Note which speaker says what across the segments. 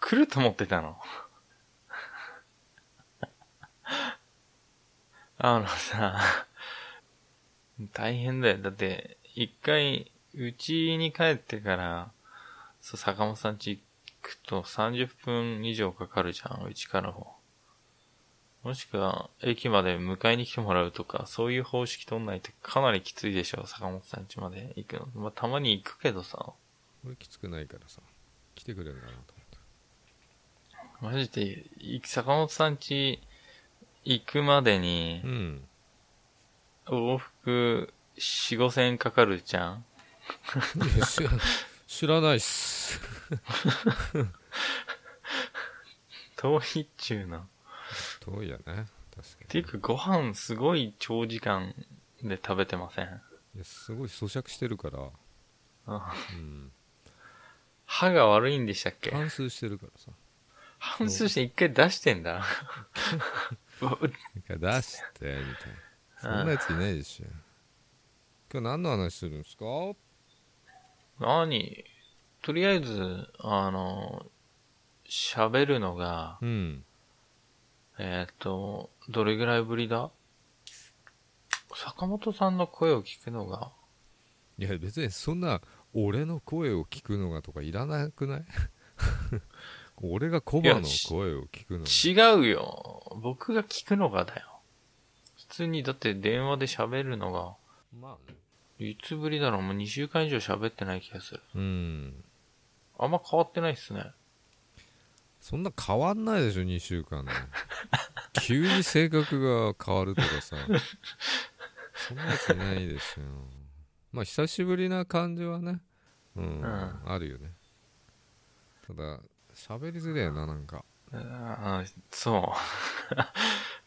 Speaker 1: 来ると思ってたの。あのさ、大変だよ。だって、一回、うちに帰ってから、そう、坂本さん家行くと30分以上かかるじゃん、うちからも。もしくは、駅まで迎えに来てもらうとか、そういう方式取んないとかなりきついでしょ、坂本さん家まで行くの。まあ、たまに行くけどさ。
Speaker 2: 俺きつくないからさ、来てくれるかなと
Speaker 1: 思って。マジで、坂本さん家行くまでに、
Speaker 2: うん。
Speaker 1: 往復4、5千かかるじゃん
Speaker 2: 知らないっす
Speaker 1: 遠いっちゅうな。
Speaker 2: 遠いよね。確かに。
Speaker 1: ていうか、ご飯すごい長時間で食べてません
Speaker 2: いや、すごい咀嚼してるから。
Speaker 1: ああ
Speaker 2: うん、
Speaker 1: 歯が悪いんでしたっけ
Speaker 2: 反数してるからさ。
Speaker 1: 反数して一回出してんだ。
Speaker 2: 一回出して、みたいな。そんなやついないでしょ。今日何の話するんですか
Speaker 1: 何とりあえず、あの、喋るのが、
Speaker 2: うん、
Speaker 1: えっ、ー、と、どれぐらいぶりだ坂本さんの声を聞くのが。
Speaker 2: いや、別にそんな、俺の声を聞くのがとかいらなくない 俺がコバの声を聞く
Speaker 1: の違うよ。僕が聞くのがだよ。普通にだって電話で喋るのが、
Speaker 2: まあね。
Speaker 1: いつぶりだろうもう2週間以上喋ってない気がする。
Speaker 2: うん。
Speaker 1: あんま変わってないっすね。
Speaker 2: そんな変わんないでしょ、2週 間で。急に性格が変わるとかさ。そんなやつないですよ。まあ、久しぶりな感じはね、うん、うん、あるよね。ただ、喋りづれえな、なんか。
Speaker 1: あそう。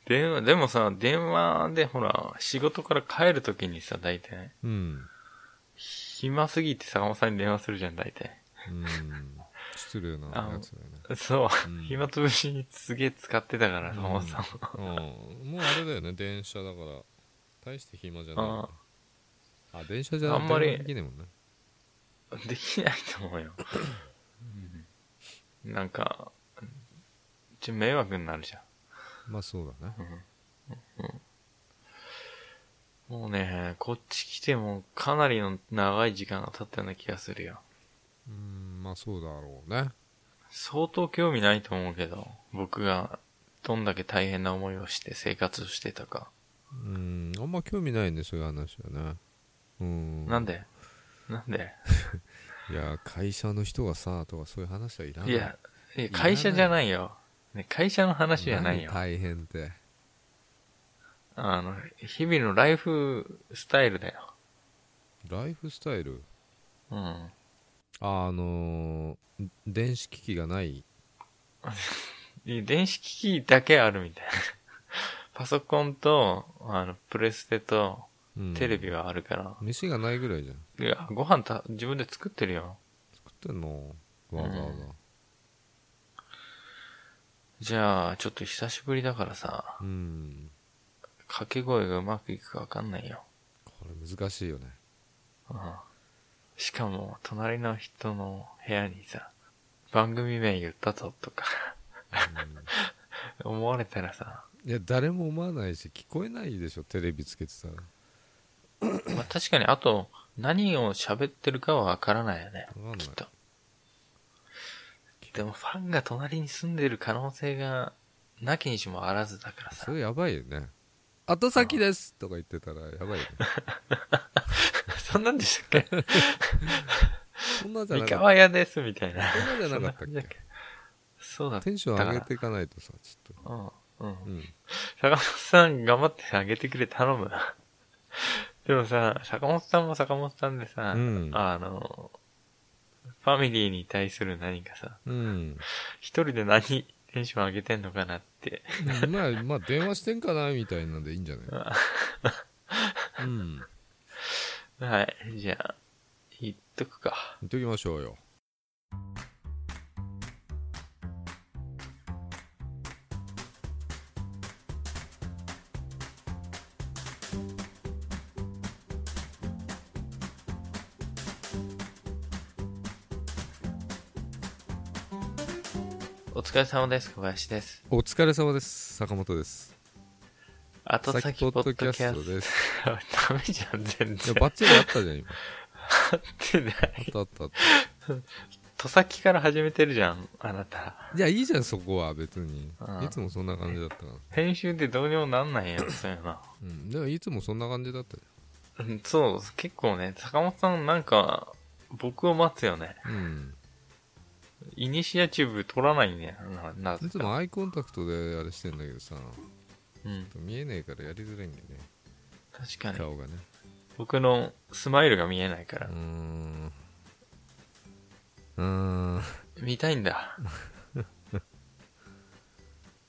Speaker 1: 電話、でもさ、電話でほら、仕事から帰るときにさ、大体。
Speaker 2: うん。
Speaker 1: 暇すぎて坂本さんに電話するじゃん、大体。
Speaker 2: うん。失礼なやつだよね。
Speaker 1: そう。うん、 暇つぶしにすげえ使ってたから、坂本さ
Speaker 2: ん。うん。うん、もうあれだよね、電車だから。大して暇じゃない。ああ、電車じゃ
Speaker 1: あんまり。
Speaker 2: できないもんね。
Speaker 1: できないと思うよ。うん、なんか、ちょ、迷惑になるじゃん。
Speaker 2: まあそうだね、
Speaker 1: うんうん。もうね、こっち来てもかなりの長い時間が経ったような気がするよ。
Speaker 2: うん、まあそうだろうね。
Speaker 1: 相当興味ないと思うけど、僕がどんだけ大変な思いをして生活をしてたか。
Speaker 2: うん、あんま興味ないんで、そういう話はね。うん。
Speaker 1: なんでなんで
Speaker 2: いや、会社の人がさ、とかそういう話はいらない。
Speaker 1: いや、いや会社じゃないよ。ね、会社の話じゃないよ。
Speaker 2: 大変って。
Speaker 1: あの、日々のライフスタイルだよ。
Speaker 2: ライフスタイル
Speaker 1: うん。
Speaker 2: あのー、電子機器がない
Speaker 1: 電子機器だけあるみたいな。 パソコンと、あの、プレステと、テレビはあるから、
Speaker 2: うん、飯がないぐらいじゃ
Speaker 1: ん。いや、ご飯た、自分で作ってるよ。
Speaker 2: 作ってんのわざわざ。うん
Speaker 1: じゃあ、ちょっと久しぶりだからさ。
Speaker 2: うん。
Speaker 1: 掛け声がうまくいくかわかんないよ。
Speaker 2: これ難しいよね。
Speaker 1: うん。しかも、隣の人の部屋にさ、番組名言ったぞとか 思われたらさ。
Speaker 2: いや、誰も思わないし、聞こえないでしょ、テレビつけてたら。
Speaker 1: まあ確かに、あと、何を喋ってるかはわからないよね。
Speaker 2: わかんない。
Speaker 1: きっと。でもファンが隣に住んでる可能性がなきにしもあらずだからさ。
Speaker 2: それやばいよね。後先ですとか言ってたらやばいよね。
Speaker 1: そんなんでしたっけ
Speaker 2: そんなじゃなか
Speaker 1: った。三河屋ですみたいな。
Speaker 2: そんなじゃなかったっ け
Speaker 1: そうだった。
Speaker 2: テンション上げていかないとさ、ち
Speaker 1: ょっと。うん。うん。
Speaker 2: うん、
Speaker 1: 坂本さん頑張って上げてくれ、頼む。 でもさ、坂本さんも坂本さんでさ、
Speaker 2: うん、
Speaker 1: あの、ファミリーに対する何かさ、
Speaker 2: うん。
Speaker 1: 一人で何テンション上げてんのかなって。
Speaker 2: まあ、まあ、電話してんかなみたいなんでいいん じゃないうん。
Speaker 1: はい、じゃあ、言っとくか。
Speaker 2: 言っときましょうよ。
Speaker 1: お疲れ様です。小林です。
Speaker 2: お疲れ様です坂本です
Speaker 1: 後
Speaker 2: 先
Speaker 1: 先ポ
Speaker 2: ポッ
Speaker 1: ッ
Speaker 2: ド
Speaker 1: ド
Speaker 2: キ
Speaker 1: キ
Speaker 2: ャ
Speaker 1: ャス
Speaker 2: スト
Speaker 1: ト
Speaker 2: で
Speaker 1: ですす。ダメじゃん、全
Speaker 2: いや
Speaker 1: 然。
Speaker 2: バッチリあったじゃん今
Speaker 1: 合ってない。
Speaker 2: あったあったあっ
Speaker 1: と先から始めてるじゃん、あなた。
Speaker 2: たいやいいじゃんそこは別に
Speaker 1: ああ
Speaker 2: いつもそんな感じだったから
Speaker 1: 編集でどうにもなんないやつそういうな。
Speaker 2: うんでもいつもそんな感じだったじ
Speaker 1: うんそう、結構ね、坂本さんなんか、僕を待つよね。
Speaker 2: ゃんうん
Speaker 1: イニシアチブ取らないね。な、なぜ
Speaker 2: いつ
Speaker 1: か。
Speaker 2: もアイコンタクトであれしてんだけどさ
Speaker 1: うん。
Speaker 2: 見えねえからやりづらいんだよね
Speaker 1: 確かに。
Speaker 2: 顔がね
Speaker 1: 僕のスマイルが見えないか
Speaker 2: う
Speaker 1: ら
Speaker 2: ー。んうーん
Speaker 1: 見たいんだ。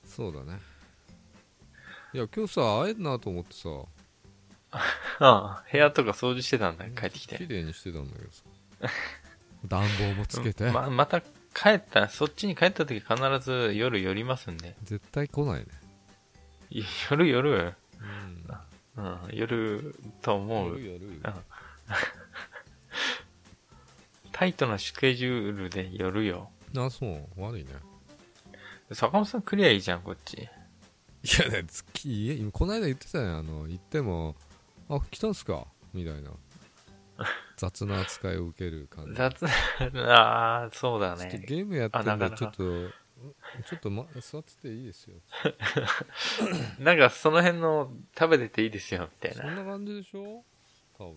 Speaker 2: そうだねいや今日さ会えんなと思ってさ
Speaker 1: ああ、部屋とか掃除してたんだ、帰ってき
Speaker 2: 綺
Speaker 1: て。
Speaker 2: 麗にしてたんだけどさ 暖房もつけて、
Speaker 1: ま、また帰ったら、そっちに帰った時必ず夜寄りますんで。
Speaker 2: 絶対来ないね、
Speaker 1: い夜夜
Speaker 2: うん、
Speaker 1: うん、夜と思う。
Speaker 2: やるやる
Speaker 1: うんタイトなスケジュールで寄るよ。
Speaker 2: あそう悪いね
Speaker 1: 坂本さん来りゃいいじゃん、こっち。
Speaker 2: いやね月いや今この間言ってたねあの行っても「あ来たんすか」みたいな雑な扱いを受ける感じ
Speaker 1: 雑、ああ、そうだ
Speaker 2: ちょっと
Speaker 1: ね。
Speaker 2: ゲームやって
Speaker 1: あ
Speaker 2: るん
Speaker 1: な
Speaker 2: で
Speaker 1: かな
Speaker 2: ちょっ
Speaker 1: か
Speaker 2: とんちょっと、ま、座ってていいですよ
Speaker 1: なんかその辺の食べてていいですよ、みたい
Speaker 2: そん
Speaker 1: な。
Speaker 2: な感じでしょ多分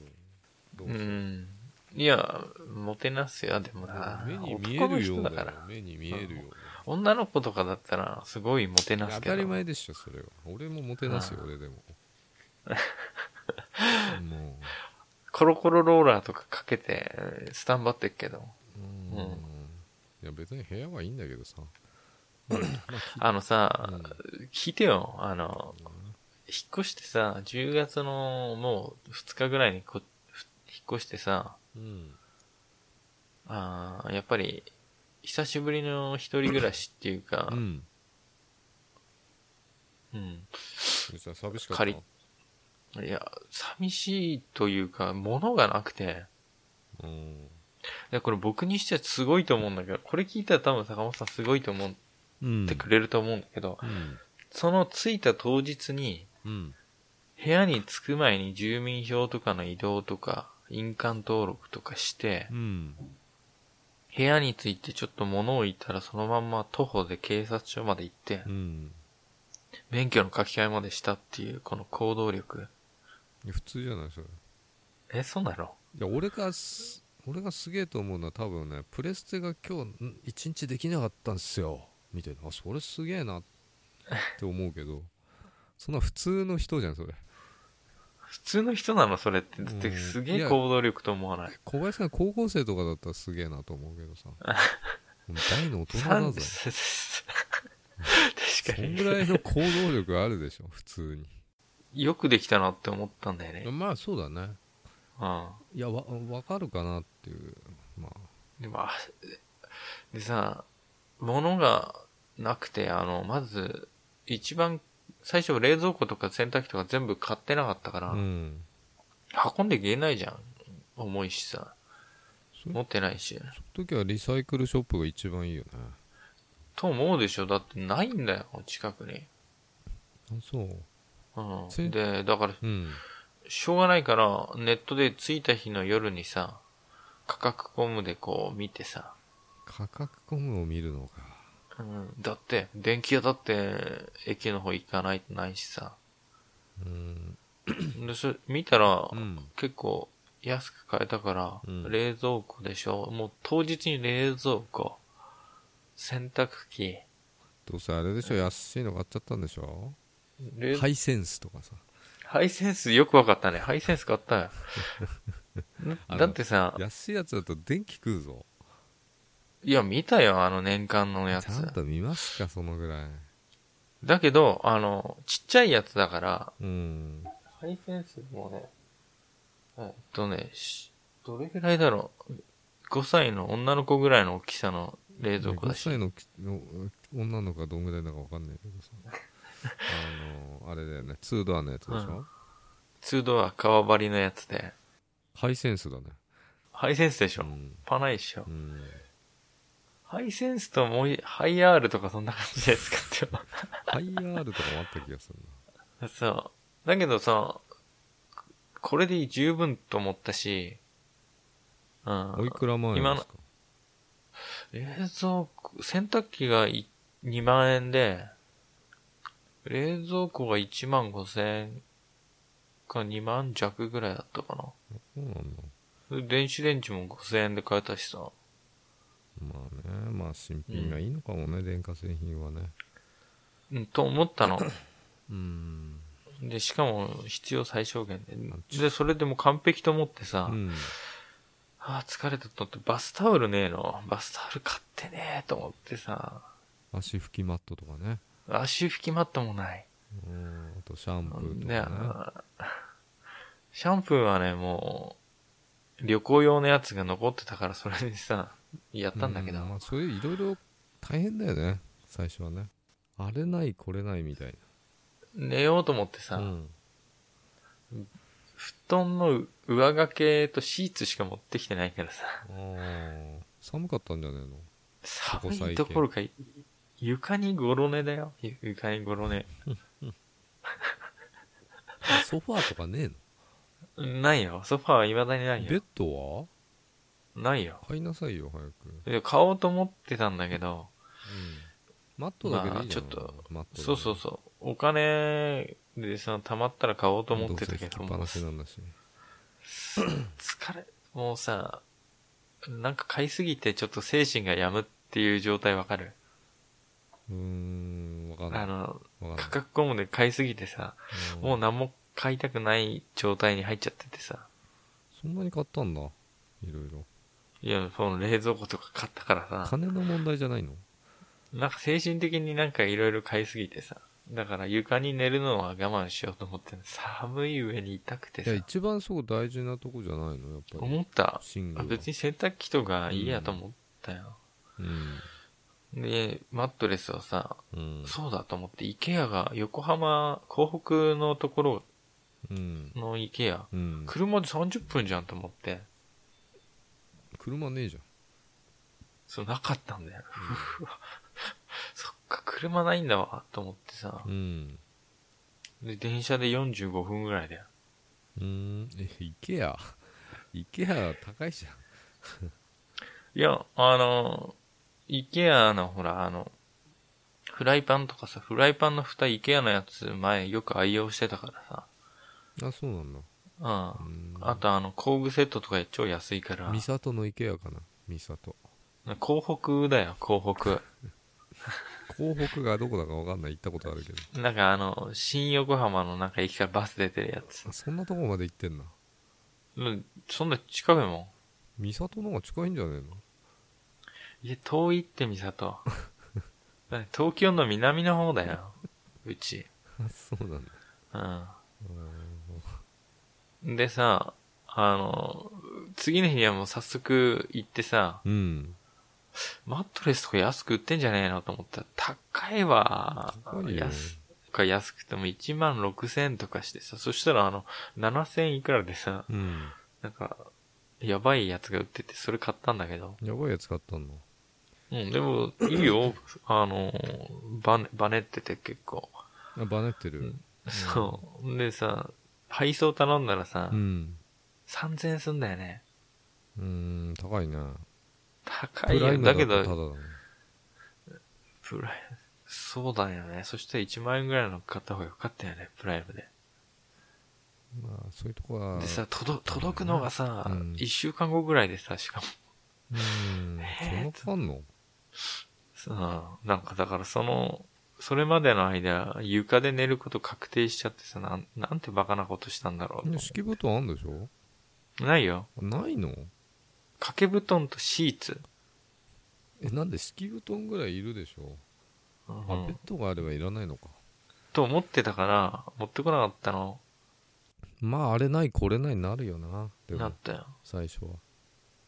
Speaker 2: ど
Speaker 1: う
Speaker 2: せ
Speaker 1: ん。いや、もてなすよ、でもな。
Speaker 2: 目に見え
Speaker 1: 男の
Speaker 2: るよ
Speaker 1: 人
Speaker 2: う
Speaker 1: だ
Speaker 2: だ
Speaker 1: か
Speaker 2: よ
Speaker 1: ら。
Speaker 2: 目に見えるよう
Speaker 1: 女の子とかだったら、すごいもてな
Speaker 2: 当
Speaker 1: すけど。
Speaker 2: たり前でしょそれは俺ももてなすよ
Speaker 1: ああ
Speaker 2: 俺で もも
Speaker 1: コロコロローラーとかかけて、えースタンバってっけど。うん
Speaker 2: うう
Speaker 1: ん
Speaker 2: いや別に部屋はいいんだけどさ
Speaker 1: あのさ、
Speaker 2: うん
Speaker 1: 聞いてよ。あの、引っ越してさ、10月のもう2日ぐらいにこふ引っ越してさ、
Speaker 2: うん
Speaker 1: あーやっぱり、久しぶりの一人暮らしっていうか
Speaker 2: う、ん
Speaker 1: うん。
Speaker 2: じゃあ寂しかった
Speaker 1: 仮いや、寂しいというか、物がなくて、
Speaker 2: うん
Speaker 1: でこれ僕にしてはすごいと思うんだけど、これ聞いたら多分坂本さんすごいと思っ
Speaker 2: うん
Speaker 1: てくれると思うんだけど、
Speaker 2: うん
Speaker 1: その着いた当日に、
Speaker 2: うん
Speaker 1: 部屋に着く前に住民票とかの移動とか、印鑑登録とかして
Speaker 2: う、ん
Speaker 1: 部屋に着いてちょっと物を置いたらそのまんま徒歩で警察署まで行って
Speaker 2: う、ん
Speaker 1: 免許の書き換えまでしたっていう、この行動力。
Speaker 2: いや普通じゃないそれ
Speaker 1: え、そうなの
Speaker 2: いや俺がす俺がすげえと思うのは多分ねプレステが今日ん一日できなかったんすよみたいなあそれすげえなって思うけどそんな普通の人じゃんそれ
Speaker 1: 普通の人なのそれって。だって
Speaker 2: うん
Speaker 1: す
Speaker 2: い
Speaker 1: げえ
Speaker 2: や
Speaker 1: 行動力と思わない。
Speaker 2: 小林さん高校生とかだったらすげえなと思うけどさもう大の大人
Speaker 1: さ
Speaker 2: だ
Speaker 1: ん
Speaker 2: ぜ
Speaker 1: 確
Speaker 2: そ
Speaker 1: か
Speaker 2: ん
Speaker 1: に。
Speaker 2: ぐらいの行動力あるでしょ普通
Speaker 1: よくできたなって思ったんだよ
Speaker 2: に
Speaker 1: ね。
Speaker 2: まあそうだね
Speaker 1: うん。
Speaker 2: いやわわかるかなっていうまあ
Speaker 1: でも、あでさ、物がなくて、あの、まず、一番、最初冷蔵庫とか洗濯機とか全部買ってなかったから、
Speaker 2: うん
Speaker 1: 運んでいけないじゃん。重いしさ。
Speaker 2: そう
Speaker 1: 持ってないし。
Speaker 2: 時はリサイクルショップが一番いいよね
Speaker 1: と思うでしょだってないんだよ、近くに。
Speaker 2: あそう
Speaker 1: う
Speaker 2: せ
Speaker 1: ん。で、だから、
Speaker 2: うん
Speaker 1: しょうがないから、ネットで着いた日の夜にさ、価格コムでこう見てさ、
Speaker 2: 価格コムを見るの
Speaker 1: う
Speaker 2: か
Speaker 1: ん、だって、電気屋だって、駅の方行かないとないし さ。
Speaker 2: うん
Speaker 1: で、それ見たら、
Speaker 2: うん
Speaker 1: 結構安く買えたから、
Speaker 2: うん
Speaker 1: 冷蔵庫でしょもう当日に冷蔵庫、洗濯機、
Speaker 2: どうせあれでしょ安いの買っちゃったんでしょ
Speaker 1: 冷
Speaker 2: ハイセンスとかさ
Speaker 1: ハイセンスよくわかったね。ハイセンス買った よ。
Speaker 2: あの
Speaker 1: だってさ、
Speaker 2: 安いやつだと電気食うぞ
Speaker 1: いや、見たよ、あの年間のや
Speaker 2: ちゃん
Speaker 1: つ。
Speaker 2: と見ますかそのぐらい
Speaker 1: だけど、あの、ちっちゃいやつだから、
Speaker 2: うん
Speaker 1: ハイセンスもね、えっとね、しどれぐらいだろう。5歳の女の子ぐらいの大きさの冷蔵庫
Speaker 2: 5
Speaker 1: だし。
Speaker 2: 歳のきの女の子がどんぐらいだかわかんないけどさあのあれだよねツードアのやつでしょ、
Speaker 1: うんツードア革張りのやつで。
Speaker 2: ハイセンスだね
Speaker 1: ハイセンスでしょ
Speaker 2: うん、
Speaker 1: パないっしょ
Speaker 2: う。ん、
Speaker 1: ハイセンスとモイ、ハイアールとかそんな感じで使ってま
Speaker 2: ハイアールとかもあった気がする
Speaker 1: す。そう。だけどさ、これで十分と思ったし、う
Speaker 2: な。おい
Speaker 1: ん。
Speaker 2: くら前なんですか
Speaker 1: 冷蔵庫、洗濯機がい2万円で、冷蔵庫が1万5千円か2万弱ぐらいだったかな。
Speaker 2: そうなんだ。
Speaker 1: で電子レンジも5000円で買えたしさ。
Speaker 2: まあね、まあ新品がいいのかもね、電化製品はね。
Speaker 1: うん、と思ったの。
Speaker 2: うん。
Speaker 1: で、しかも必要最小限
Speaker 2: あ
Speaker 1: で。で、それでもう完璧と思ってさ、
Speaker 2: うん。
Speaker 1: ああ、疲れたと思ってバスタオルねえの。バスタオル買ってねえと思ってさ、
Speaker 2: 足拭きマットとかね。
Speaker 1: 足拭きマットもない。
Speaker 2: うん。あとシャンプーと
Speaker 1: で、あ
Speaker 2: かね。
Speaker 1: の、シャンプーはね、もう、旅行用のやつが残ってたからそれにさ、やったんだけど。
Speaker 2: うまあそういういろいろ大変だよね、最初はね。あれない、これないみたい
Speaker 1: 寝ようと思ってさ、
Speaker 2: な。うん。
Speaker 1: 布団の上掛けとシーツしか持ってきてないからさ、
Speaker 2: あー寒かったんじゃねえ のこ最近
Speaker 1: 寒いどころか、床にゴロ寝だよ。ゆ床にゴロ寝。
Speaker 2: あソファーとかね
Speaker 1: ないよ。ソファーは未だにな
Speaker 2: え
Speaker 1: い
Speaker 2: のベ
Speaker 1: よ
Speaker 2: ッ。ドは
Speaker 1: ないよ。
Speaker 2: 買いなさいよ、早く。うん。
Speaker 1: いや買おうと思ってたんだけど、
Speaker 2: マットだけでいいじゃん。
Speaker 1: まあちょっと
Speaker 2: マットで
Speaker 1: そうそうそう。お金でさ、貯まったら買おうと思ってたけど、
Speaker 2: どうせ引きっぱなしなんだし。
Speaker 1: 疲れ、もうさ、なんか買いすぎてちょっと精神が病むっていう状態わかる
Speaker 2: うーん、わかんない。
Speaker 1: あの、価
Speaker 2: わかんない。
Speaker 1: 格コムで買いすぎてさ、
Speaker 2: うん
Speaker 1: もう何も買いたくない状態に入っちゃっててさ。
Speaker 2: そんなに買ったんだ。いろいろ。
Speaker 1: いや、その冷蔵庫とか買ったからさ、
Speaker 2: 金の問題じゃないの
Speaker 1: なんか精神的になんかいろいろ買いすぎてさ。だから床に寝るのは我慢しようと思ってんの寒い上に痛くて
Speaker 2: い
Speaker 1: さ
Speaker 2: や、、一番そう大事なとこじゃないのやっぱり。
Speaker 1: 思った。
Speaker 2: シング
Speaker 1: あ
Speaker 2: ル。
Speaker 1: 別に洗濯機とかいいやと思ったよ。
Speaker 2: うん。
Speaker 1: で、マットレスはさ、
Speaker 2: うん。
Speaker 1: そうだと思って、イケアが、横浜、港北のところ
Speaker 2: うん。
Speaker 1: のイケア、
Speaker 2: うん。
Speaker 1: 車で30分じゃんと思って、
Speaker 2: 車ねえじゃん。
Speaker 1: そう、なかったんだよ。うわ そっか、車ないんだわ、と思ってさ
Speaker 2: う、ん。
Speaker 1: で、電車で45分ぐらいだよ。
Speaker 2: うん。え、イケア。イケア高いじゃん。
Speaker 1: いや、あの、イケアのほら、あの、フライパンとかさ、フライパンの蓋、イケアのやつ前よく愛用してたから
Speaker 2: あ、そうなんだ。
Speaker 1: さ、
Speaker 2: う
Speaker 1: うん。
Speaker 2: ん。
Speaker 1: あとあの、工具セットとか超安いから、
Speaker 2: 三郷のイケアかな。三郷。
Speaker 1: 港北だよ、港北。
Speaker 2: 港北がどこだかわかんない。行ったことあるけど。
Speaker 1: なんかあの、新横浜のなんか駅からバス出てるやつ。
Speaker 2: あそんなとこまで行ってんな。
Speaker 1: うんそんな近いも
Speaker 2: 三郷の方が近いんじゃねえの
Speaker 1: ん。いや、遠いって三 郷。だって東京の南の方だよ。うち。
Speaker 2: あ、そうなんだ。
Speaker 1: う
Speaker 2: うん
Speaker 1: ん。でさ、あの、次の日にはもう早速行ってさ、
Speaker 2: うん。
Speaker 1: マットレスとか安く売ってんじゃねえのと思ったら、高いわ。
Speaker 2: 高いよ。
Speaker 1: 安か安くても1万6000円とかしてさ、そしたらあの、7000いくらでさ、
Speaker 2: うん。
Speaker 1: なんか、やばいやつが売ってて、それ買ったんだけど。
Speaker 2: やばいやつ買ったの
Speaker 1: うん、でも、いい よ。あの、バネ、バネってて結構。
Speaker 2: あ、バネってる。
Speaker 1: そう。でさ、配送頼んだらさ、
Speaker 2: うん。
Speaker 1: 3000円すんだよね。
Speaker 2: うーん、高いな。
Speaker 1: 高
Speaker 2: プ
Speaker 1: い
Speaker 2: ライ
Speaker 1: よ。
Speaker 2: ム
Speaker 1: だ
Speaker 2: だ
Speaker 1: け
Speaker 2: けど、ただ
Speaker 1: ど、
Speaker 2: だね
Speaker 1: プライム、そうだよね。そして1万円ぐらいの買った方が良かったよね、プライムで。
Speaker 2: まあ、そういうとこは。
Speaker 1: でさ、届、届くのがさ、
Speaker 2: うん
Speaker 1: 1週間後ぐらいでさ、しかも、
Speaker 2: うーん、そんなかかんの
Speaker 1: さ、なんかだからその、それまでの間、床で寝ること確定しちゃってさ、なん、なんてバカなことしたんだろうと思
Speaker 2: 敷布団あんでしょ
Speaker 1: う。ないよ。
Speaker 2: ないの
Speaker 1: 掛け布団とシーツ。
Speaker 2: え、なんで敷布団ぐらいいるでしょあ、ベッドがあればいらないのか。
Speaker 1: と思ってたから、持ってこなかったの。
Speaker 2: まあ、あれない、これないなるよな。で
Speaker 1: なっ
Speaker 2: も、
Speaker 1: たよ。
Speaker 2: 最初は。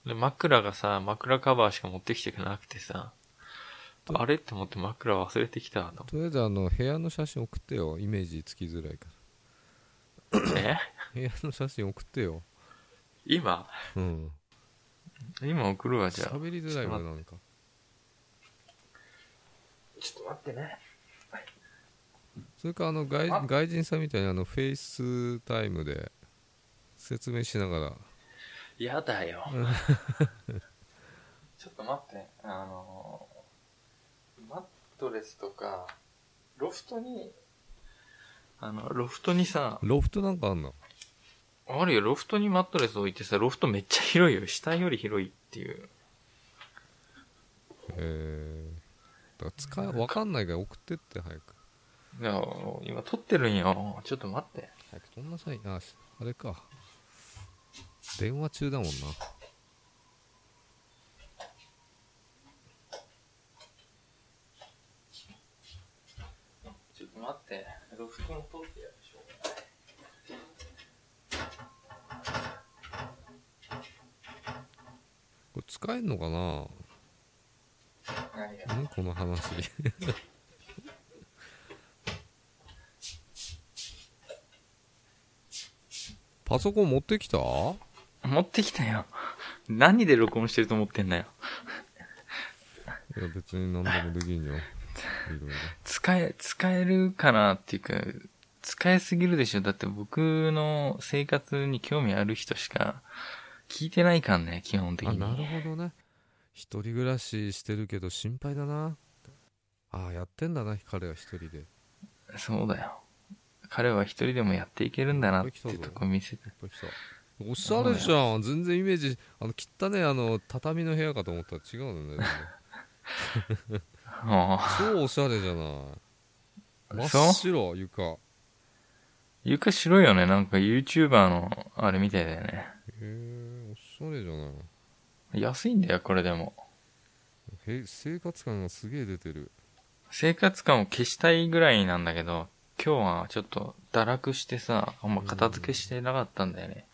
Speaker 1: で、枕がさ、枕カバーしか持ってきてなくてさ、
Speaker 2: と
Speaker 1: あれって思って枕忘れてきたわと
Speaker 2: とりあえず、あの、部屋の写真送ってよ。イメージつきづらいから。
Speaker 1: 思って。え
Speaker 2: 部屋の写真送ってよ。
Speaker 1: 今
Speaker 2: うん。
Speaker 1: 今送るわ、じゃあ。
Speaker 2: 喋りづらいわ、なんか。
Speaker 1: ちょっと待ってね。
Speaker 2: それかあの外
Speaker 1: あ
Speaker 2: 外人さんみたいにあのフェイスタイムで説明しながら
Speaker 1: やだよ。 ちょっと待って、あのーマットレスとか、ロフトに、あの、ロフトにさ、
Speaker 2: ロフトなんかあんの
Speaker 1: あるよ、ロフトにマットレス置いてさ、ロフトめっちゃ広いよ。下より広いっていう。
Speaker 2: へえだから使いわかんないから送ってって早く
Speaker 1: いや今撮ってるんよ。ちょっと待って。
Speaker 2: 早く取んなさいあしあれか電話中だもんな
Speaker 1: ちょっと待って。ロフトも撮ってやるでしょ。
Speaker 2: これ使えんのかな
Speaker 1: 何が
Speaker 2: んこの話 パソコン持ってきた
Speaker 1: 持ってきたよ。何で録音してると思ってんだよ。
Speaker 2: いや別に何でもできんよいろいろ
Speaker 1: 使え、使えるかなっていうか、使えすぎるでしょ。だって僕の生活に興味ある人しか聞いてないからね、基本的
Speaker 2: あ
Speaker 1: に。
Speaker 2: なるほどね一人暮らししてるけど心配だなああやってんだな彼は一人でいっ
Speaker 1: そうだよ。彼は一人でもやっていけるんだなっていうとこ見せて。
Speaker 2: ぱい来たおしゃれじゃん全然イメージあの汚ねあの畳の部屋かと思ったら違うんだよね
Speaker 1: も
Speaker 2: 超おしゃれじ ゃな
Speaker 1: う
Speaker 2: い真
Speaker 1: そう
Speaker 2: っ白床へ
Speaker 1: 床白いよね。なんか YouTuber のあれみたいだよね。
Speaker 2: えおしゃれじゃない
Speaker 1: 安いんだよ、これでも。
Speaker 2: へ生活感がすげえ出てる
Speaker 1: 生活感を消したいぐらいなんだけど、今日はちょっと堕落してさ、あんま片付けしてなかったんだよね。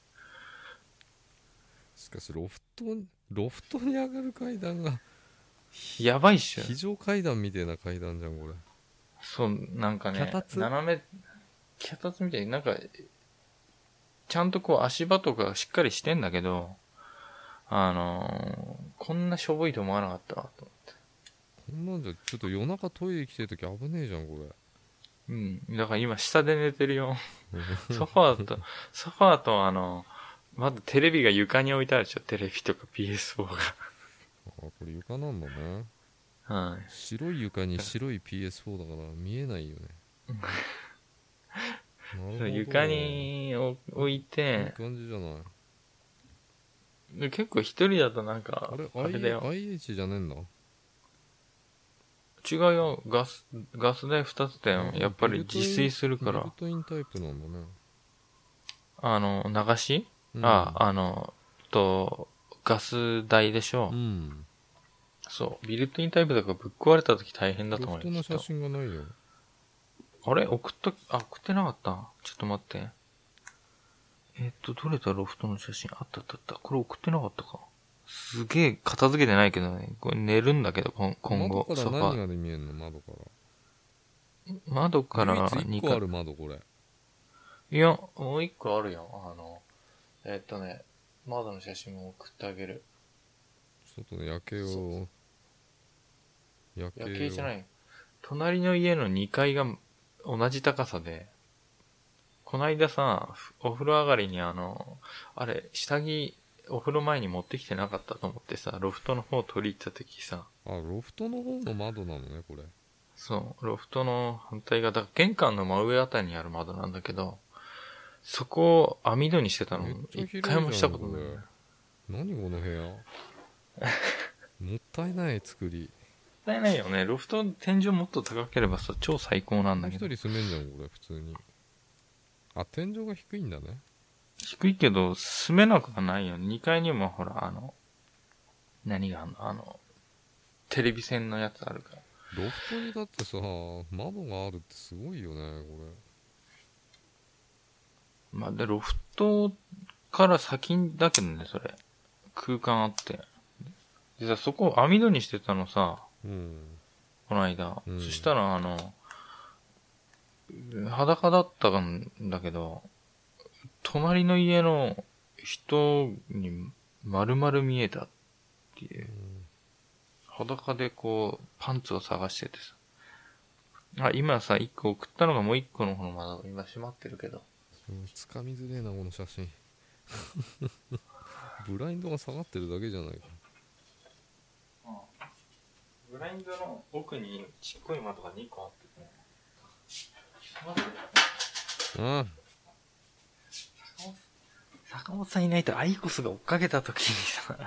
Speaker 2: しかしロフトロフトに上がる階段が
Speaker 1: やばいっしょ。
Speaker 2: 非常階段みたいな階段じゃんこれ
Speaker 1: そう、なんかね
Speaker 2: 脚、立
Speaker 1: 斜め、脚立みたいになんか、ちゃんとこう足場とかしっかりしてんだけど、あのーこんなしょぼいと思わなかったわと。
Speaker 2: こんなんじゃちょっと夜中トイレ来てる時危ねえじゃんこれ
Speaker 1: うん。だから今下で寝てる よ。ソ
Speaker 2: う
Speaker 1: ファーと、ソファーとあの、まずテレビが床に置いてあるでしょ。テレビとか PS4
Speaker 2: あこれ床なんだね
Speaker 1: が。はい。
Speaker 2: 白い床に白い PS4 だから見えないよねなるほど
Speaker 1: 床に置い
Speaker 2: いい
Speaker 1: て、
Speaker 2: 感じじゃない
Speaker 1: で結構一人だとなんか、
Speaker 2: あ
Speaker 1: あ
Speaker 2: れ
Speaker 1: れだよ。
Speaker 2: IH じゃねえんだ
Speaker 1: 違うよ。ガス、ガス代二つだよ。やっぱり自炊するか
Speaker 2: ビル
Speaker 1: ら。
Speaker 2: トインタイプなんだね、
Speaker 1: あの、流し、
Speaker 2: うん、
Speaker 1: あ、あの、と、ガス代でしょ、
Speaker 2: うん
Speaker 1: そう。ビルトインタイプだからぶっ壊れた時大変だ
Speaker 2: ロ
Speaker 1: と思
Speaker 2: フ
Speaker 1: う
Speaker 2: ト
Speaker 1: よ。き
Speaker 2: の
Speaker 1: っ
Speaker 2: 写
Speaker 1: と
Speaker 2: 真がないよ
Speaker 1: あれ送った、あ、送ってなかったちょっと待って。えっと、どれだロフトの写真あったあったあった。これ送ってなかったか。すげえ片付けてないけどね。これ寝るんだけど、今今後。
Speaker 2: 窓
Speaker 1: ソ
Speaker 2: か
Speaker 1: ファ
Speaker 2: ら何
Speaker 1: ー
Speaker 2: が見えんの窓から
Speaker 1: 窓から
Speaker 2: 唯一
Speaker 1: 2
Speaker 2: 1個あ
Speaker 1: 階
Speaker 2: る窓これ
Speaker 1: いや、もう一個あるよ。あの、えっとね、窓の写真も送ってあげる。
Speaker 2: 外の夜景を夜景を
Speaker 1: 夜景じゃない。隣の家の2階が同じ高さで、こないださ、ふお風呂上がりにあの、あれ、下着、お風呂前に持ってきてなかったと思ってさ、ロフトの方取り行った時さ、
Speaker 2: あロフトの方の窓なのねこれ
Speaker 1: そう、ロフトの反対側、だから玄関の真上あたりにある窓なんだけど、そこを網戸にしてたの
Speaker 2: めっちゃ広いじゃん
Speaker 1: 一回もしたことない。
Speaker 2: 何この 部屋もったいない作り
Speaker 1: もったいないよね。ロフトの天井もっと高ければさ、超最高なんだ
Speaker 2: 一
Speaker 1: けど。
Speaker 2: 人住めんじゃんこれ普通にあ天井が低いんだね
Speaker 1: 低いけど、住めなくはないよね。2階にもほら、あの、何があんのあの、テレビ線のやつあるから。
Speaker 2: ロフトにだってさ窓があるってすごいよねこ
Speaker 1: まあ、で、ロフトから先だけどね、それ。空間あって。でさ、そこ網戸にしてたのさ、
Speaker 2: れうん
Speaker 1: この間。
Speaker 2: うん
Speaker 1: そしたら、あの、裸だったんだけど、隣の家の人に丸々見えたっていう
Speaker 2: う。ん
Speaker 1: 裸でこう、パンツを探しててさ。あ、今さ、一個送ったのがもう一個の方の窓、今閉まってるけど。
Speaker 2: うんつかみづれえなこの写真 ブラインドが下がってるだけじゃないか
Speaker 1: ブラインドの奥にちっこい窓が2個あってね。
Speaker 2: あ
Speaker 1: 坂本さんいないとアイコスが追っかけた時にさ、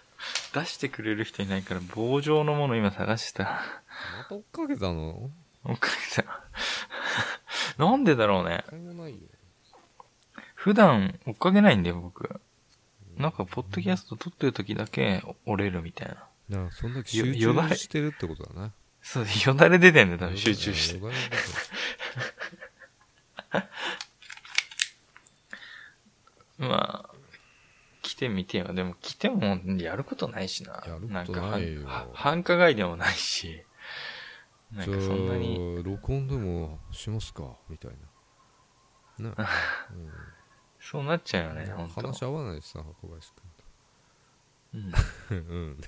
Speaker 1: 出してくれる人いないから棒状のもの今探した。
Speaker 2: あまた追っかけたの
Speaker 1: 追っかけた。 なんでだろうね
Speaker 2: 一。回もないよ
Speaker 1: 普段追っかけないんだよ、僕。なんか、ポッドキャスト撮ってる時だけ折れるみたいな。
Speaker 2: だからそんだけ
Speaker 1: よ
Speaker 2: 集
Speaker 1: よだ
Speaker 2: 中
Speaker 1: れ
Speaker 2: してるってことだな
Speaker 1: そう、よだれ出てんだよ、多分集中して。
Speaker 2: よだれ出てる
Speaker 1: まあ、来てみてよ。でも来てもやることないしな。
Speaker 2: やること
Speaker 1: んかは
Speaker 2: ないよ
Speaker 1: は繁華街でもないし。なん
Speaker 2: じ
Speaker 1: か
Speaker 2: ゃあ
Speaker 1: そんなに、
Speaker 2: 録音でもしますかみたいな ね、うん
Speaker 1: そうなっちゃうよね、本当
Speaker 2: 話合わないしさ小林
Speaker 1: うん。
Speaker 2: 君と うん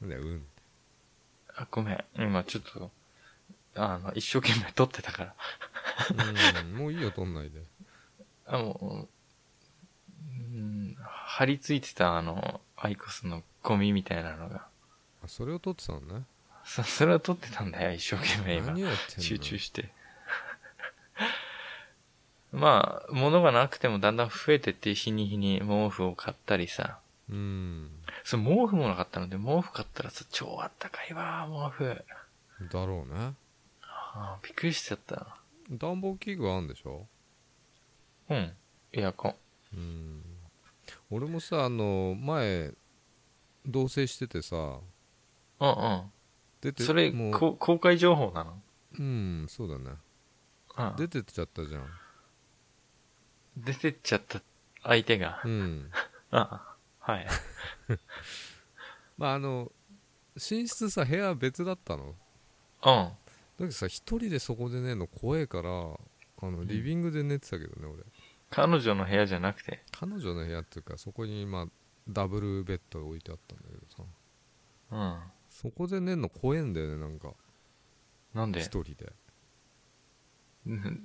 Speaker 2: なんだ ようん
Speaker 1: あ、ごめん。今ちょっと、あの、一生懸命撮ってたから。
Speaker 2: うんもういいよ撮んないで
Speaker 1: あ、もう、うん、張り付いてたあの、アイコスのゴミみたいなのが。
Speaker 2: あそれを撮ってたのね
Speaker 1: そ、それは撮ってたんだよ、一生懸命今
Speaker 2: 何。をやってんの
Speaker 1: 集中して。 まあ、物がなくてもだんだん増えてって、日に日に毛布を買ったりさ。
Speaker 2: うん
Speaker 1: そう、毛布もなかったので、毛布買ったらさ、超あったかいわ、毛布。
Speaker 2: だろうね
Speaker 1: ああびっくりしちゃった。
Speaker 2: 暖房器具あんでしょ
Speaker 1: うん。エアコン。
Speaker 2: うん俺もさあの前同棲しててさ
Speaker 1: うんうん。
Speaker 2: 出て
Speaker 1: それ、
Speaker 2: もう
Speaker 1: こ公開情報なの
Speaker 2: うんそうだね
Speaker 1: ああ
Speaker 2: 出てっちゃったじゃん
Speaker 1: 出てっちゃった相手が。
Speaker 2: うん
Speaker 1: ああはい。
Speaker 2: まああの寝室さ部屋別だったの
Speaker 1: うん。
Speaker 2: だけどさ一人でそこで寝るの怖いからあの
Speaker 1: ん
Speaker 2: リビングで寝てたけどね俺
Speaker 1: 彼女の部屋じゃなくて。
Speaker 2: 彼女の部屋っていうかそこに今ダブルベッド置いてあったんだけどさ
Speaker 1: うん。
Speaker 2: そこで寝るの怖えんだよねなんか
Speaker 1: なん
Speaker 2: 一
Speaker 1: で
Speaker 2: 人で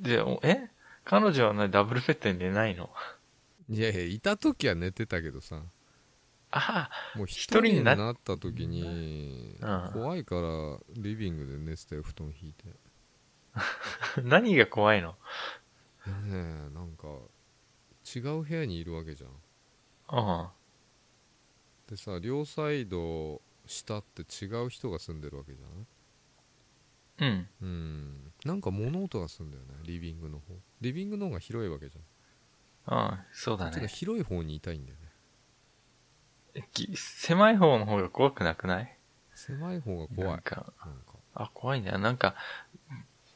Speaker 1: で、おえ彼女はね、ダブルベッドに寝ないの
Speaker 2: いやいやいた時は寝てたけどさ
Speaker 1: あ
Speaker 2: もう一
Speaker 1: 人
Speaker 2: 人
Speaker 1: に
Speaker 2: に
Speaker 1: な
Speaker 2: なった時に
Speaker 1: うん
Speaker 2: 怖いからリビングで寝てたよ布団引いて
Speaker 1: あ、 何が怖いの
Speaker 2: いやねなんか違う部屋にいるわけじゃん
Speaker 1: うん。
Speaker 2: でさ両サイド下って違う人が住んでるわけじゃん
Speaker 1: うん。
Speaker 2: うんなんか物音がするんだよねリビングの方リビングの方が広いわけじ
Speaker 1: うん、そう
Speaker 2: ゃ
Speaker 1: だ
Speaker 2: ん、ちょっと
Speaker 1: ね。
Speaker 2: 広い方にいたいんだよね
Speaker 1: ぎ狭い方の方が怖くなくない
Speaker 2: 狭い方が怖いな
Speaker 1: なんん
Speaker 2: か
Speaker 1: か、あ、怖いね。なんか、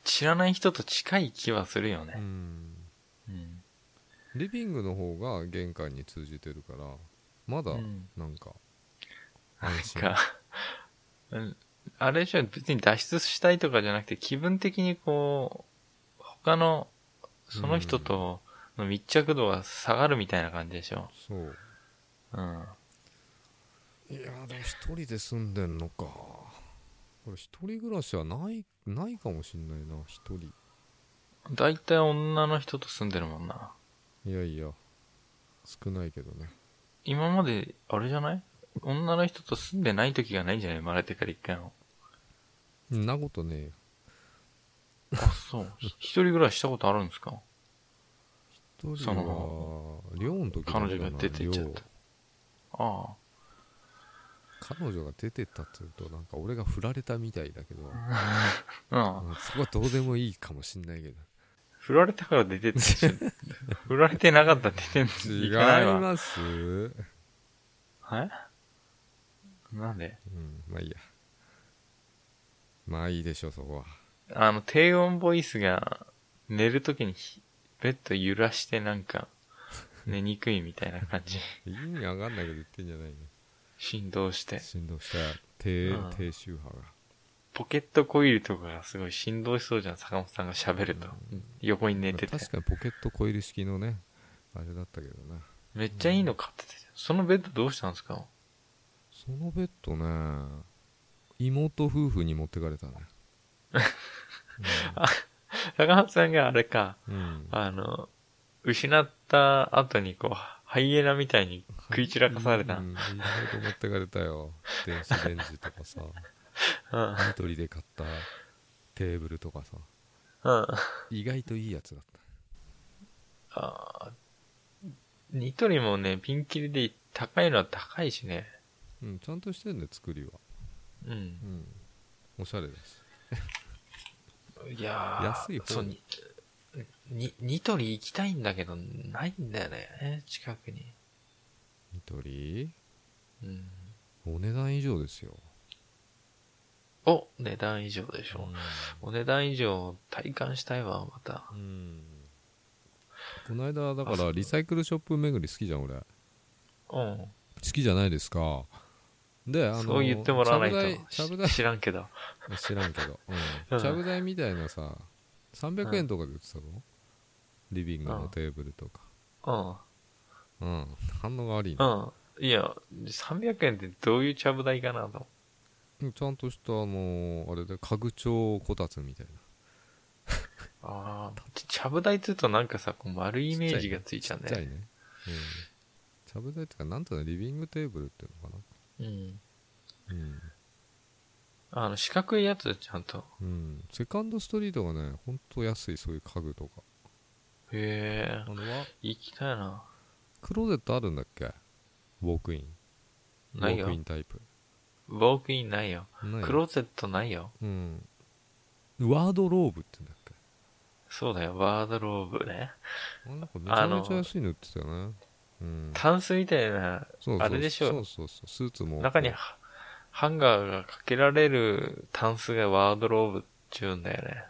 Speaker 1: 知らない人と近い気はするよ
Speaker 2: う
Speaker 1: ね。
Speaker 2: ん
Speaker 1: うん。
Speaker 2: リビングの方が玄関に通じてるからまだ
Speaker 1: うん
Speaker 2: なんか
Speaker 1: なん
Speaker 2: 安心
Speaker 1: か、うんあれじゃ別に脱出したいとかじゃなくて、気分的にこう、他の、その人との密着度が下がるみたいな感じでしょ。
Speaker 2: そう
Speaker 1: うん。
Speaker 2: いやでも一人で住んでんのかこれ一人暮らしはないないかもしんないな一人
Speaker 1: だいたい女の人と住んでるもんな。
Speaker 2: いやいや少ないけどね
Speaker 1: 今まで、あれじゃない女の人と住んでない時がないんじゃない生まれてから一回も。
Speaker 2: んなことねえよ
Speaker 1: あ、そう。 一人ぐらいしたことあるんですか
Speaker 2: 一人
Speaker 1: そ
Speaker 2: は寮の時だけだな
Speaker 1: 彼女が出てっちゃった
Speaker 2: 寮。
Speaker 1: あ
Speaker 2: 彼女が出てったっていうとなんか俺が振られたみたいだけど、
Speaker 1: あ。うん。
Speaker 2: うんそこはどうでもいいかもしんな いけど
Speaker 1: 振られたから出てって。 振られてなかったら出てんの
Speaker 2: 違い
Speaker 1: 行かないわ。
Speaker 2: ますうん
Speaker 1: はいなんで
Speaker 2: まあいいやまあいいでしょうそこは
Speaker 1: あの、低音ボイスが寝るときにひベッド揺らしてなんか寝にくいみたいな感じ。
Speaker 2: 意味わかんないけど言ってんじゃないの
Speaker 1: 振動して。
Speaker 2: 振動した低
Speaker 1: うん
Speaker 2: 低周波が
Speaker 1: ポケットコイルとかがすごい振動しそうじゃん、坂本さんが喋ると。横に寝てて。
Speaker 2: 確かにポケットコイル式のねあれだったけどな
Speaker 1: めっちゃいいの買ってて。そのベッドどうしたんですか
Speaker 2: そのベッドね妹夫婦に持ってかれたね
Speaker 1: 坂本さんがあれか、
Speaker 2: うんうん
Speaker 1: あの、失った後にこう、ハイエナみたいに食い散らかされた。う。
Speaker 2: うんんいろいろ持ってかれ たよ電子レンジとかさ
Speaker 1: うん。
Speaker 2: ニトリで買ったテーブルとかさ
Speaker 1: あ
Speaker 2: 意外といいやつだった
Speaker 1: ーニトリもね、ピンキリで高いのは高いしね。
Speaker 2: うんちゃんとしてるんだよ作りは
Speaker 1: うん
Speaker 2: う。んおしゃれだし
Speaker 1: いやー
Speaker 2: 安い方
Speaker 1: そうに、に、ニトリ行きたいんだけど、ないんだよね、近くに。
Speaker 2: ニトリ
Speaker 1: うん。
Speaker 2: お値段以上ですよ
Speaker 1: お、値段以上でしょ。お値段以上体感したいわ、また。
Speaker 2: うんこの間だ
Speaker 1: あ
Speaker 2: か
Speaker 1: そ
Speaker 2: ら
Speaker 1: う
Speaker 2: リサイクルショップ巡り好きじゃん俺好
Speaker 1: うん。
Speaker 2: きじゃないですかであの
Speaker 1: そう言ってもらわない
Speaker 2: ちゃぶ台ちゃぶ
Speaker 1: と。
Speaker 2: 台
Speaker 1: し知らんけど。
Speaker 2: 知らんけど、
Speaker 1: う
Speaker 2: うんん、ちゃぶ台みたいなさ300円とかで売ってたぞ、リビング
Speaker 1: う
Speaker 2: の
Speaker 1: ん
Speaker 2: テーブルとか
Speaker 1: うん。
Speaker 2: うん反応が悪いな、
Speaker 1: うん。いや、300円ってどういうちゃぶ台かなと思って。
Speaker 2: うんちゃんとしたあのーあれで家具調こたつみたいな
Speaker 1: ああ、ちちゃぶ台って言うとなんかさ、こう丸いイメージがついちゃう
Speaker 2: ちっちゃい
Speaker 1: ね。
Speaker 2: ね、うん、ちゃぶ台っていうかなんとなくリビングテーブルっていうのか
Speaker 1: うん。
Speaker 2: なうん
Speaker 1: あの、四角いやつ、ちゃんと。
Speaker 2: うん、セカンドストリートがね、ほんと安い、そういう家具とか。
Speaker 1: へ
Speaker 2: あ
Speaker 1: え、
Speaker 2: のは、
Speaker 1: 行きたいな。
Speaker 2: クローゼットあるんだっけウォークイン。ウ
Speaker 1: な
Speaker 2: ォ
Speaker 1: い
Speaker 2: ークイ
Speaker 1: よ
Speaker 2: ン。タイプ。
Speaker 1: ウォークインないよ。
Speaker 2: ない
Speaker 1: クローゼットないよ。
Speaker 2: うん。ワードローブって言うんだっけ
Speaker 1: そうだよ、ワードローブね。
Speaker 2: あなんかめちゃめちゃ安いの売ってたよね。うん。
Speaker 1: タンスみたいな、
Speaker 2: そうそう
Speaker 1: あれでしょ
Speaker 2: そうそうそう。スーツも。
Speaker 1: 中にハハンガーがかけられるタンスがワードローブっちゅうんだよね。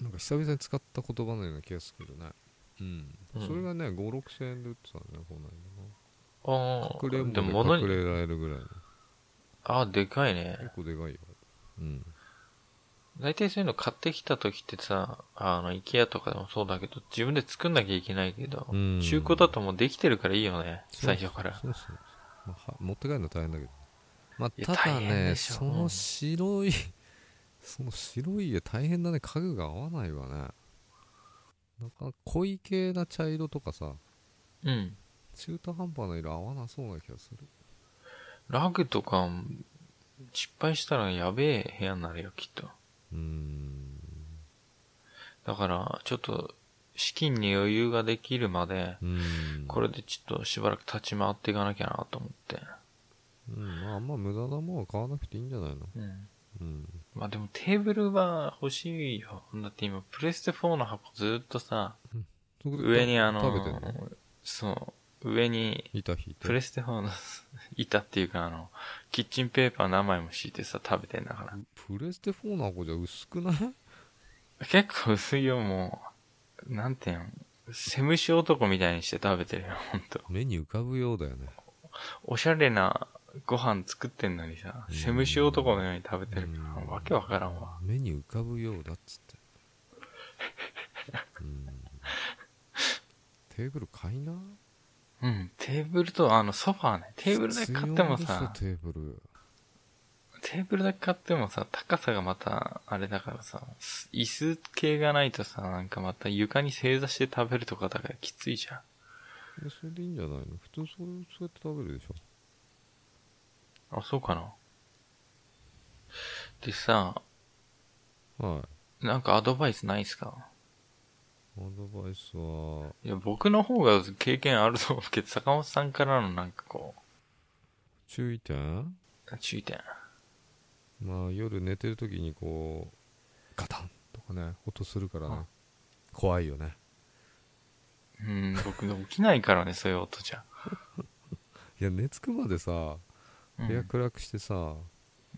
Speaker 2: なんか久々に使った言葉のような気がするけどね。うん。
Speaker 1: うん
Speaker 2: それがね、5、6千円で売ってたね、この
Speaker 1: あ
Speaker 2: 間な。隠
Speaker 1: で
Speaker 2: れ
Speaker 1: も
Speaker 2: も
Speaker 1: 物
Speaker 2: で隠
Speaker 1: に、
Speaker 2: れられるぐらいの。
Speaker 1: ああ、でかいね。
Speaker 2: 結構でかいよ。うん。
Speaker 1: 大体そういうの買ってきた時ってさ、あの、イケアとかでもそうだけど、自分で作んなきゃいけないけど、
Speaker 2: うん
Speaker 1: 中古だともうできてるからいいよね、最初から。
Speaker 2: そうそうそうまあは持って帰るの大変だけど。ま
Speaker 1: いや
Speaker 2: あ、ただ
Speaker 1: 大変で
Speaker 2: ね、
Speaker 1: しょ
Speaker 2: その白い、 その白い家大変だね。家具が合わないわね。なんか濃い系な茶色とかさ、
Speaker 1: うん。
Speaker 2: 中途半端な色合わなそうな気がする。
Speaker 1: ラグとか、失敗したらやべえ部屋になるよ、きっと。
Speaker 2: うーん。
Speaker 1: だから、ちょっと、資金に余裕ができるまで、
Speaker 2: うーん。
Speaker 1: これでちょっとしばらく立ち回っていかなきゃなと思って。
Speaker 2: うん、まあ、あんま無駄なもんは買わなくていいんじゃないの
Speaker 1: うん。
Speaker 2: うん。
Speaker 1: まあでもテーブルは欲しいよ。だって今、プレステ4の箱ずっとさ、
Speaker 2: そこで
Speaker 1: 上にあの、
Speaker 2: 食べてんの
Speaker 1: そう、上に
Speaker 2: 板引いて。
Speaker 1: プレステ4の板っていうかあの、キッチンペーパー何枚も敷いてさ、食べてんだか
Speaker 2: プレステ4の箱じゃ薄くない
Speaker 1: ら。結構薄いよ、もう。なんていうのセムシ男みたいにして食べてるよ、ほんと。
Speaker 2: 目に浮かぶようだよね。
Speaker 1: おしゃれなご飯作ってんのにさ、
Speaker 2: うん
Speaker 1: セムシ男のように食べてるか
Speaker 2: うん
Speaker 1: ら、わけわからんわ。
Speaker 2: 目に浮かぶようだっつってうんテーブル買いな
Speaker 1: うん、テーブルとあのソファーね。テーブルだけ買っても
Speaker 2: 必要
Speaker 1: さ
Speaker 2: で、しょテーブル
Speaker 1: テーブルだけ買ってもさ、高さがまた、あれだからさ、す椅子系がないとさ、なんかまた床に正座して食べるとかだからきついじゃん。
Speaker 2: えそれでいいんじゃないの普通そうそうやって食べるでしょ
Speaker 1: あ、そうかな。でさ、
Speaker 2: はい
Speaker 1: なんかアドバイスないっすか
Speaker 2: アドバイスはい
Speaker 1: や、僕の方が経験あると思うけど、坂本さんからのなんかこ
Speaker 2: 注意点
Speaker 1: う、注意点。
Speaker 2: まあ夜寝てる時にこうガタンとかね音するからね
Speaker 1: うん
Speaker 2: 怖いよね
Speaker 1: うん、僕起きないからね、そういう音じゃ。
Speaker 2: いや寝つくまでさ
Speaker 1: うん
Speaker 2: 部屋暗くしてさ、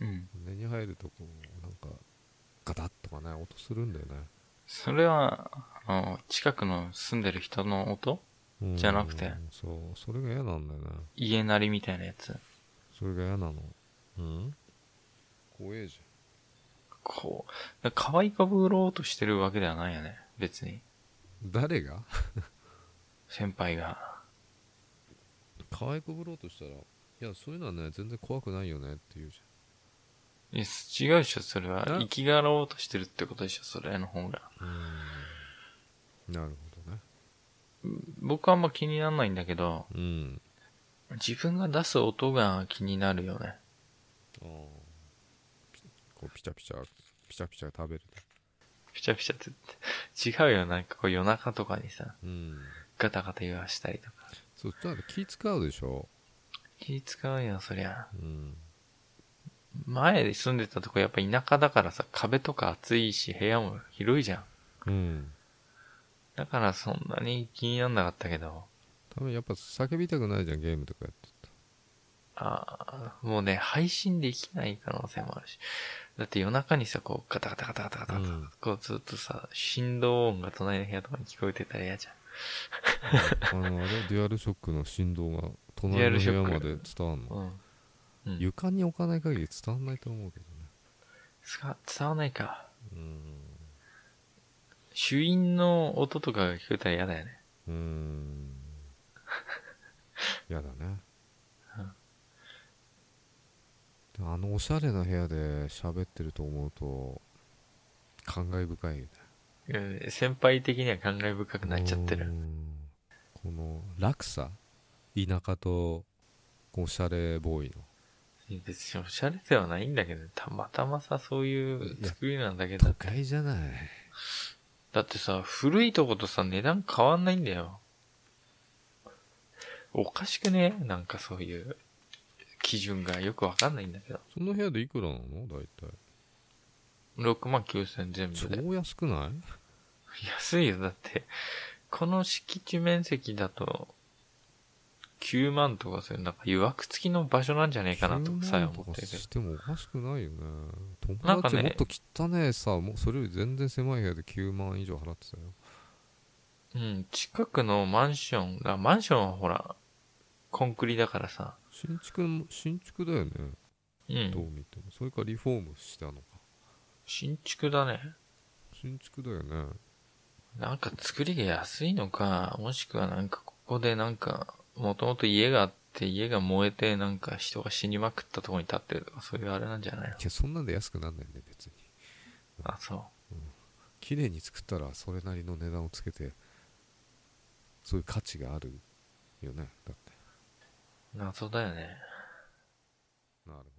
Speaker 1: うん。
Speaker 2: 寝に入るとこうなんかガタッとかね音するんだよね
Speaker 1: それは、あの、近くの住んでる人の音
Speaker 2: うん
Speaker 1: じゃなくて
Speaker 2: そうそれが嫌なんだよね
Speaker 1: 家鳴りみたいなやつ。
Speaker 2: それが嫌なのうん怖えじ
Speaker 1: こう、だから可愛いかぶろうとしてるわけではないよね、別に。
Speaker 2: ゃん誰が
Speaker 1: 先輩が。
Speaker 2: 可愛くぶろうとしたらいやそういうのはね全然怖くないよねって言うじ
Speaker 1: いや違うでしょ、それは。
Speaker 2: な
Speaker 1: 生きがろうとしてるってことでしょ、それの方が。
Speaker 2: うんなるほどね
Speaker 1: 僕はあんま気にならないんだけど、
Speaker 2: うん
Speaker 1: 自分が出す音が気になるよね。
Speaker 2: こうピチャピチャピチャピチャ食べるね
Speaker 1: ピチャピチャって言って。違 うよ、なんかこう夜中とかにさ、
Speaker 2: うん
Speaker 1: ガタガタ言わしたりとか。
Speaker 2: そしたら気使うでしょ
Speaker 1: 気使うよ、そりゃ。
Speaker 2: うん
Speaker 1: 前で住んでたとこやっぱ田舎だからさ、壁とか暑いし、部屋も広いじゃん。
Speaker 2: うん
Speaker 1: だからそんなに気になんなかったけど、
Speaker 2: 多分やっぱ叫びたくないじゃんゲームとかやってる
Speaker 1: ああ、もうね、配信できない可能性もあるし。だって夜中にさ、こう、ガタガタガタガタガタ
Speaker 2: と
Speaker 1: ガタ、こうずっとさ、振動音が隣の部屋とかに聞こえてたら嫌じゃん。
Speaker 2: うん、あのあれデュアルショックの振動が隣の部屋まで伝わんの
Speaker 1: うん。うん
Speaker 2: 床に置かない限り伝わんないと思うけどね
Speaker 1: つか伝わんないか。
Speaker 2: うん
Speaker 1: 主音の音とかが聞こえたら嫌だよね。
Speaker 2: うーんやだねであのおしゃれな部屋で喋ってると思うと感慨深いよね
Speaker 1: うん、先輩的には感慨深くなっちゃって
Speaker 2: うー
Speaker 1: る。
Speaker 2: んこの落差田舎とこうおしゃれボーイの
Speaker 1: 別におしゃれではないんだけど、たまたまさ、そういう作りなんだけど
Speaker 2: 都。会じゃない
Speaker 1: だってさ、古いとことさ、値段変わんないんだよ。おかしくねなんかそういう基準がよくわかんないんだけど。
Speaker 2: その部屋でいくらなの大体
Speaker 1: 6万9000全部で。
Speaker 2: 超安くない
Speaker 1: 安いよ。だって、この敷地面積だと、9万とかそういう、なんか誘惑付きの場所なんじゃねえかなと
Speaker 2: 9
Speaker 1: さえ
Speaker 2: 万
Speaker 1: 思
Speaker 2: と
Speaker 1: っ
Speaker 2: か
Speaker 1: てるけど
Speaker 2: し。てもおかしくないよね
Speaker 1: なん
Speaker 2: 友
Speaker 1: か
Speaker 2: 達
Speaker 1: ね
Speaker 2: もっと汚ねえさもうそれより全然狭い部屋で9万以上払ってたよ
Speaker 1: うん、近くのマンションが、マンションはほら、コンクリだからさ、
Speaker 2: 新築も新築だよね、
Speaker 1: う、
Speaker 2: どうん見てもそれかリフォームしたのか
Speaker 1: 新築だね。
Speaker 2: 新築だよね
Speaker 1: なんか作りが安いのか、もしくはなんかここでなんか、もともと家があって、家が燃えてなんか人が死にまくったとこに立ってるとか、そういうあれなんじゃないの
Speaker 2: いやそんなんで安くなんないんで別に
Speaker 1: あ、そう。
Speaker 2: 綺麗に作ったらそれなりの値段をつけてそういう価値があるよねだって
Speaker 1: 謎だよね。
Speaker 2: なるほど